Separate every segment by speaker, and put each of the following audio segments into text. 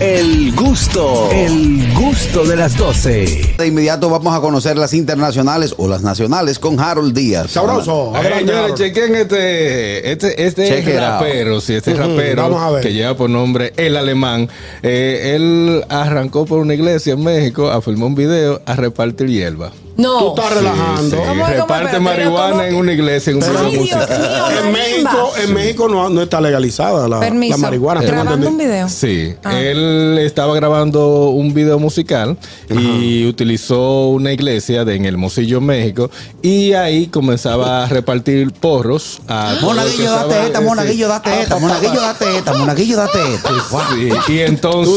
Speaker 1: El gusto, el gusto de las 12.
Speaker 2: De inmediato vamos a conocer las internacionales o las nacionales con Harold Díaz.
Speaker 3: Sabroso. Adelante,
Speaker 4: Señores,
Speaker 3: Harold.
Speaker 4: chequen este, este,
Speaker 2: Check
Speaker 4: este
Speaker 2: it out.
Speaker 4: rapero, sí, este
Speaker 3: Ujú,
Speaker 4: rapero
Speaker 3: vamos a ver.
Speaker 4: que lleva por nombre El Alemán. Eh, él arrancó por una iglesia en México a filmar un video a repartir hierba.
Speaker 3: Tú
Speaker 5: No.
Speaker 3: estás relajando.
Speaker 4: Sí,
Speaker 5: ¿Cómo, cómo,
Speaker 4: reparte
Speaker 5: espérate, pero
Speaker 4: marihuana
Speaker 5: cómo?
Speaker 4: en una iglesia, en un
Speaker 3: Ay,
Speaker 4: video
Speaker 3: Dios
Speaker 4: musical.
Speaker 5: mío,
Speaker 3: En
Speaker 5: marimba.
Speaker 3: México, en México no, no está legalizada Ah, la, la
Speaker 5: Permiso.
Speaker 3: marihuana. tengo
Speaker 5: Grabando un
Speaker 3: entendido.
Speaker 5: video.
Speaker 4: Sí,
Speaker 5: Ah.
Speaker 4: él estaba grabando un video musical y utilizó una iglesia de en Hermosillo, México, y ahí comenzaba a repartir porros a todo el que
Speaker 2: Monaguillo,
Speaker 4: estaba-
Speaker 2: date esta,
Speaker 4: sí.
Speaker 2: monaguillo, date esta, monaguillo, date esta, monaguillo, date esta.
Speaker 4: Sí, Y entonces,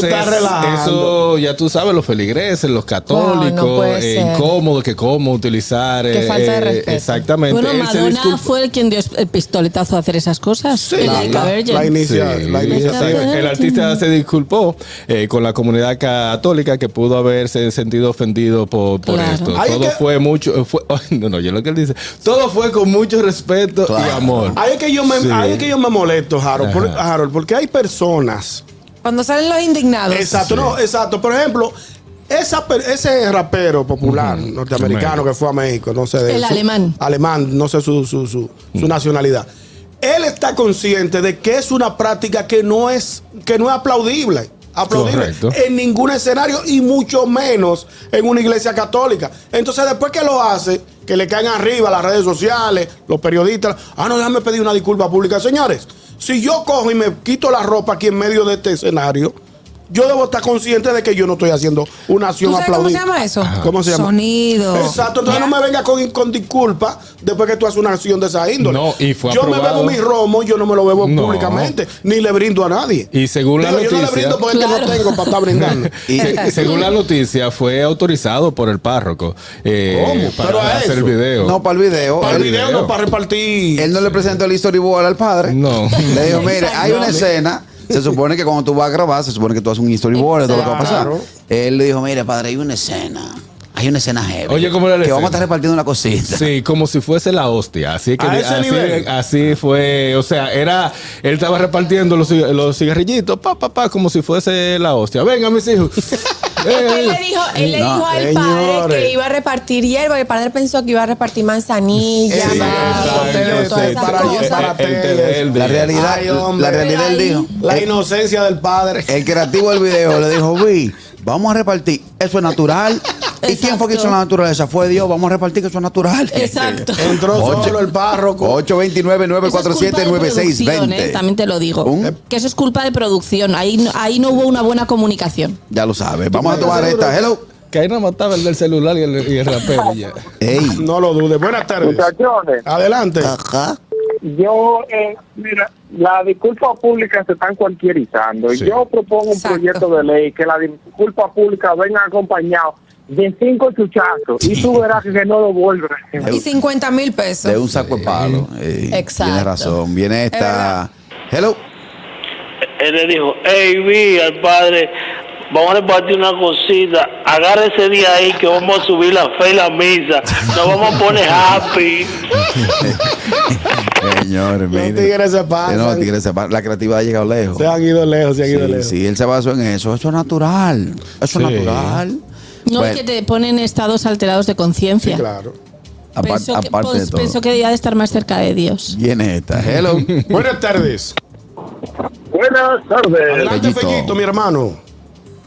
Speaker 3: Tú estás relajando.
Speaker 4: eso ya tú sabes, los feligreses, los
Speaker 5: Wow,
Speaker 4: católicos,
Speaker 5: no puede
Speaker 4: eh,
Speaker 5: ser.
Speaker 4: incómodo, que cómo utilizar.
Speaker 5: Qué
Speaker 4: eh,
Speaker 5: falta de
Speaker 4: eh,
Speaker 5: respeto.
Speaker 4: Exactamente.
Speaker 6: Bueno,
Speaker 4: Él se
Speaker 6: Madonna
Speaker 4: disculpó.
Speaker 6: fue el quien dio el pistoletazo a hacer esas
Speaker 5: Ah,
Speaker 6: cosas.
Speaker 4: Sí,
Speaker 6: el
Speaker 4: la-
Speaker 6: Like a
Speaker 3: La,
Speaker 6: Virgin.
Speaker 3: la inicia,
Speaker 4: Sí,
Speaker 3: la iniciativa.
Speaker 4: exactamente. El artista se disculpó eh, con la comunidad católica que pudo haberse sentido ofendido por, por
Speaker 6: Claro.
Speaker 4: esto.
Speaker 3: Ay,
Speaker 4: Todo
Speaker 3: que-
Speaker 4: fue mucho. eh, Fue, no, no, yo lo que él dice. Todo fue con mucho respeto y
Speaker 2: Claro.
Speaker 4: amor.
Speaker 3: Ahí es que yo me,
Speaker 4: Sí.
Speaker 3: ahí es que yo me molesto, Harold, por-
Speaker 4: Ajá.
Speaker 3: Harold, porque hay personas.
Speaker 5: Cuando salen los indignados.
Speaker 3: Exacto, no, exacto. Por ejemplo, esa, per- ese rapero popular norteamericano que fue a México, no sé de
Speaker 6: El
Speaker 3: su-
Speaker 6: alemán.
Speaker 3: Alemán, no sé su, su, su- su nacionalidad. Él está consciente de que es una práctica que no es, que no es aplaudible. Aplaudible
Speaker 4: Correcto.
Speaker 3: en ningún escenario y mucho menos en una iglesia católica. Entonces, después que lo hace, que le caen arriba las redes sociales, los periodistas, ah, no, déjame pedir una disculpa pública. Señores, si yo cojo y me quito la ropa aquí en medio de este escenario, yo debo estar consciente de que yo no estoy haciendo una acción
Speaker 5: ¿Tú sabes cómo se
Speaker 3: aplaudida.
Speaker 5: llama eso?
Speaker 3: ¿Cómo se llama?
Speaker 5: Sonido.
Speaker 3: Exacto, entonces
Speaker 5: Ya.
Speaker 3: no me venga con, con disculpa después que tú haces una acción de esa índole.
Speaker 4: No, y fue
Speaker 3: yo
Speaker 4: aprobado.
Speaker 3: me bebo mi romo, yo no me lo bebo
Speaker 4: No.
Speaker 3: públicamente, ni le brindo a nadie.
Speaker 4: Y según la
Speaker 3: Digo, Yo no le
Speaker 4: noticia-
Speaker 3: brindo porque es que no
Speaker 6: Claro.
Speaker 3: tengo para estar brindando.
Speaker 2: Y-
Speaker 4: Se- según la noticia, fue autorizado por el párroco eh,
Speaker 3: ¿Cómo?
Speaker 4: para
Speaker 3: Pero a
Speaker 4: hacer el
Speaker 3: eso.
Speaker 4: video.
Speaker 2: No, para el video.
Speaker 3: Para
Speaker 2: él,
Speaker 3: el video,
Speaker 4: video.
Speaker 3: no para repartir.
Speaker 2: él no le presentó el storyboard al padre.
Speaker 4: No.
Speaker 2: Le dijo, mire, hay una escena. Se supone que cuando tú vas a grabar, se supone que tú haces un storyboard, todo lo que va a pasar.
Speaker 3: Claro.
Speaker 2: Él le dijo, mire, padre, hay una escena. Hay una escena heavy.
Speaker 4: Oye, ¿cómo era la
Speaker 2: Que vamos a
Speaker 4: escena?
Speaker 2: estar repartiendo una cosita.
Speaker 4: Sí, como si fuese la hostia. Así que
Speaker 3: A ese
Speaker 4: así,
Speaker 3: nivel.
Speaker 4: así fue. O sea, era. Él estaba repartiendo los, ciga- los cigarrillitos, pa, pa, pa, como si fuese la hostia. Venga, mis hijos.
Speaker 5: Él
Speaker 4: Eh,
Speaker 5: le dijo, él le
Speaker 2: No,
Speaker 5: dijo al padre
Speaker 3: señores.
Speaker 5: que iba a repartir hierba y el padre pensó que iba a repartir manzanilla,
Speaker 3: Sí,
Speaker 5: mango,
Speaker 3: exacto,
Speaker 5: pepino, todas esas
Speaker 3: para-
Speaker 5: cosas.
Speaker 3: para-
Speaker 4: El- el té verde.
Speaker 2: La realidad,
Speaker 3: Ay, hombre.
Speaker 2: la realidad, él dijo.
Speaker 3: La inocencia del padre.
Speaker 2: El creativo del video le dijo, vi, vamos a repartir. Eso es natural. ¿Y quién fue que hizo la naturaleza? Fue Dios. Vamos a repartir que eso es natural.
Speaker 6: Exacto.
Speaker 2: Eh,
Speaker 3: Entró
Speaker 2: Ocho.
Speaker 3: solo el párroco.
Speaker 2: 829-947-9620.
Speaker 6: 9620 eh, También te lo digo.
Speaker 2: Un-
Speaker 6: Que eso es culpa de producción. Ahí, no- ahí no hubo una buena comunicación.
Speaker 2: Ya lo sabes. Vamos a tomar esta. Hello.
Speaker 4: que ahí no mataba el del celular y el, y el rapero. y ya.
Speaker 2: Ey.
Speaker 3: No lo dudes. Buenas tardes.
Speaker 7: Muchachones,
Speaker 3: Adelante.
Speaker 2: Ajá.
Speaker 7: yo, eh, mira, las disculpas públicas se están cualquierizando.
Speaker 4: Sí.
Speaker 7: Yo propongo un
Speaker 5: Exacto.
Speaker 7: proyecto de ley que la disculpa pública venga acompañado de cinco chuchazos y tú verás que no lo vuelve.
Speaker 5: Y 50 mil pesos.
Speaker 2: De un saco de palo. Ey,
Speaker 6: Exacto.
Speaker 2: Tienes razón. Viene
Speaker 5: Es
Speaker 2: esta.
Speaker 5: verdad.
Speaker 2: Hello.
Speaker 8: Él le dijo, hey, vi al padre, vamos a repartir una cosita, agarra ese día ahí que vamos a subir la fe y la misa, nos vamos a poner
Speaker 7: Ah,
Speaker 8: happy.
Speaker 2: Señores,
Speaker 3: Los
Speaker 2: miren.
Speaker 3: tigres se
Speaker 2: Eh,
Speaker 3: pasan.
Speaker 2: No, los tigres se pasan. La creatividad ha llegado lejos.
Speaker 3: Se han ido lejos, se han ido
Speaker 2: Sí,
Speaker 3: lejos.
Speaker 2: sí, él se basó en eso. Eso es natural. Eso
Speaker 4: Sí.
Speaker 2: es natural.
Speaker 6: No
Speaker 2: Bueno,
Speaker 6: es que te ponen estados alterados de
Speaker 3: Sí,
Speaker 6: conciencia.
Speaker 3: claro.
Speaker 2: apar-
Speaker 6: Pensó que,
Speaker 2: aparte de
Speaker 6: pues,
Speaker 2: todo.
Speaker 6: pensó que debía de estar más cerca de Dios.
Speaker 2: Viene esta. Hello.
Speaker 3: Buenas tardes.
Speaker 7: Buenas tardes.
Speaker 3: Adelante,
Speaker 2: Fellito.
Speaker 3: Fellito, mi hermano.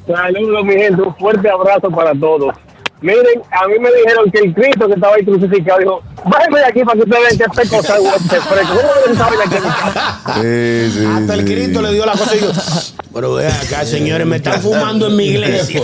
Speaker 7: Saludos, mi gente. Un fuerte abrazo para todos. Miren, a mí me dijeron que el Cristo que estaba ahí crucificado dijo, bájeme de aquí para que ustedes vean que este cosa es este fresco. ¿Cómo ven esta vaina aquí en mi casa?
Speaker 2: Sí, sí,
Speaker 3: Hasta el
Speaker 2: sí.
Speaker 3: Cristo le dio la cosa y dijo, pero vean acá, señores, me están fumando en mi iglesia.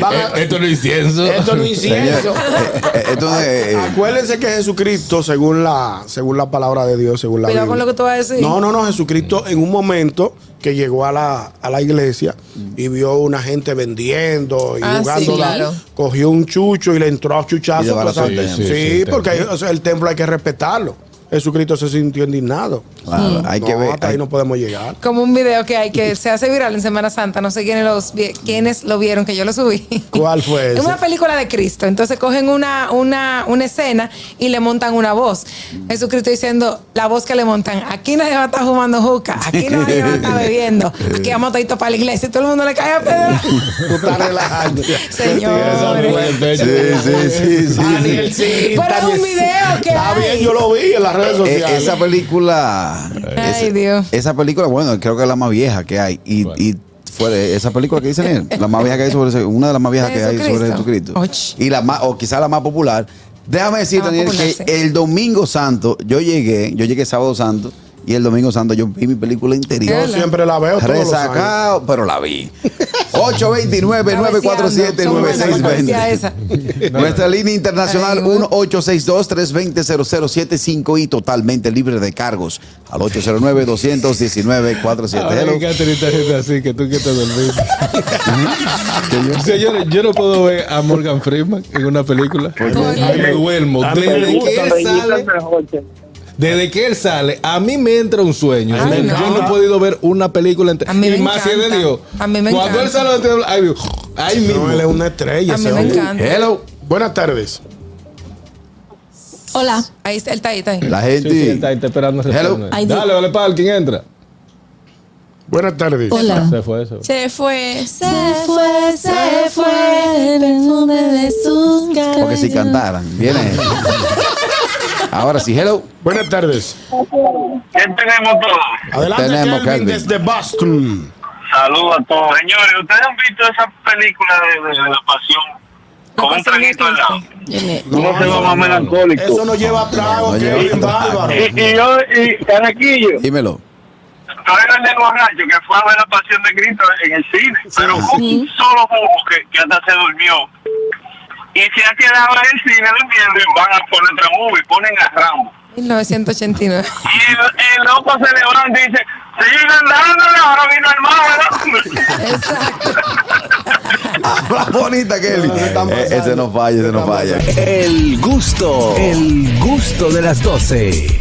Speaker 3: Van a-
Speaker 4: Eh, Esto no es incienso.
Speaker 3: Esto no es
Speaker 2: Señor,
Speaker 3: incienso.
Speaker 2: eh, eh, esto de-
Speaker 3: Ah,
Speaker 2: eh,
Speaker 3: Acuérdense que Jesucristo, según la, según la palabra de Dios, según la
Speaker 5: Cuidado
Speaker 3: Biblia-
Speaker 5: con lo que tú vas a decir.
Speaker 3: No, no, no. Jesucristo en un momento que llegó a la, a la iglesia y vio una gente vendiendo y
Speaker 5: Ah,
Speaker 3: jugando,
Speaker 5: sí,
Speaker 3: la-
Speaker 5: claro.
Speaker 3: cogió un chucho y le entró a
Speaker 2: Y
Speaker 3: chuchazo.
Speaker 2: desbarató
Speaker 3: cosas-
Speaker 2: el
Speaker 3: sí,
Speaker 4: templo. Sí, sí, el
Speaker 3: porque o sea, el templo hay que respetarlo. Jesucristo se sintió indignado.
Speaker 2: Claro, Ah, hay que
Speaker 3: No,
Speaker 2: ver.
Speaker 3: Hasta ahí
Speaker 2: hay-
Speaker 3: no podemos llegar.
Speaker 9: Como un video que hay que se hace viral en Semana Santa, no sé quiénes, los, vi- quiénes lo vieron, que yo lo subí.
Speaker 3: ¿Cuál fue
Speaker 9: Es
Speaker 3: ese?
Speaker 9: una película de Cristo. Entonces cogen una, una, una escena y le montan una voz. Jesucristo diciendo la voz que le montan. Aquí nadie va a estar fumando juca, aquí nadie va a estar bebiendo, aquí vamos toditos para la iglesia y todo el mundo le cae a pedra.
Speaker 3: Tú estás relajando.
Speaker 9: Señores.
Speaker 2: Sí, sí, sí, sí.
Speaker 3: Daniel, sí,
Speaker 9: Pero
Speaker 3: está
Speaker 9: es un
Speaker 3: bien.
Speaker 9: video que
Speaker 3: Está bien,
Speaker 9: hay.
Speaker 3: yo lo vi en las redes
Speaker 2: Eh,
Speaker 3: sociales.
Speaker 2: esa película.
Speaker 9: Ay,
Speaker 2: esa,
Speaker 9: Dios.
Speaker 2: Esa película, bueno, creo que es la más vieja que hay. Y, y fue de esa película que dicen él, la más vieja que hay sobre una de las más viejas
Speaker 9: De
Speaker 2: que hay sobre Jesucristo.
Speaker 9: Jesucristo. Och.
Speaker 2: Y la más, o quizá la más popular. Déjame decir,
Speaker 9: La más
Speaker 2: Daniel, que
Speaker 9: popular, sí.
Speaker 2: el Domingo Santo, yo llegué, yo llegué sábado santo, y el Domingo Santo yo vi mi película
Speaker 3: Yo
Speaker 2: interior.
Speaker 9: Hola.
Speaker 3: siempre la veo todos los años.
Speaker 2: Resacado, pero la vi. 829-947-9620. Nuestra línea internacional
Speaker 9: Ay,
Speaker 2: 1-862-320-0075 y totalmente libre de cargos al 809-219-47.
Speaker 4: Ahora que
Speaker 2: Hello.
Speaker 4: Catherine está haciendo así, que tú que te dormiste. Señores, yo no puedo ver a Morgan Freeman en una película.
Speaker 3: Pues
Speaker 4: Ahí me duermo.
Speaker 7: A mí me
Speaker 4: Desde que
Speaker 7: gusta
Speaker 4: él
Speaker 7: Reinita
Speaker 4: sale,
Speaker 7: Sanjorge.
Speaker 4: desde que él sale, a mí me entra un sueño.
Speaker 9: Ay,
Speaker 4: señores.
Speaker 9: no.
Speaker 4: Yo no he podido ver una película entera.
Speaker 9: A mí me
Speaker 4: Y más si es de
Speaker 9: encanta.
Speaker 4: Dios.
Speaker 9: A mí me
Speaker 4: Cuando él sale,
Speaker 9: encanta.
Speaker 4: de- este ahí, digo, ahí mismo.
Speaker 3: No, él es una estrella.
Speaker 9: A mí
Speaker 3: ese
Speaker 9: me
Speaker 3: hombre.
Speaker 9: encanta.
Speaker 2: Hello.
Speaker 3: Buenas tardes.
Speaker 6: Hola.
Speaker 9: Ahí está, él está ahí, está ahí.
Speaker 2: La
Speaker 4: Sí, sí, él está, ahí,
Speaker 2: gente.
Speaker 4: está esperando.
Speaker 2: Hello.
Speaker 6: Ay, Dios.
Speaker 4: Dale, vale, pal, ¿quién entra?
Speaker 3: Buenas tardes.
Speaker 9: Ah.
Speaker 6: Hola.
Speaker 4: Se fue, se
Speaker 5: Se
Speaker 4: fue.
Speaker 5: fue.
Speaker 6: Se fue, se fue el perfume de sus
Speaker 2: Porque si
Speaker 6: cabellos.
Speaker 2: cantaran, viene. Ahora sí, hello.
Speaker 3: Buenas tardes.
Speaker 7: ¿Qué tenemos todos?
Speaker 3: Adelante,
Speaker 2: Tenemos,
Speaker 3: Kelvin,
Speaker 2: Kelvin.
Speaker 3: desde Boston.
Speaker 7: Saludos a todos. Señores, ¿ustedes han visto esa película de, de- de la pasión con un traguito al lado? ¿Cómo se va más melancólico?
Speaker 3: Eso no lleva trago,
Speaker 2: No lleva
Speaker 3: Kelvin
Speaker 2: trago.
Speaker 3: Bárbaro.
Speaker 7: Y, y yo, y Canaquillo,
Speaker 2: Dímelo.
Speaker 7: tú eres el del borracho que fue a ver la pasión de Cristo en el cine, pero hubo un solo bobo que, que hasta se durmió. Y si ha quedado en el cine durmiendo y van a poner otra movie, ponen a Rambo.
Speaker 9: 1989.
Speaker 7: Y el, el loco se levanta y dice, sigan dándole, ahora vino el malo.
Speaker 9: Exacto.
Speaker 2: La bonita, Kelly. Eh, Ese no falla, ese no falla.
Speaker 1: El gusto, el gusto de las 12.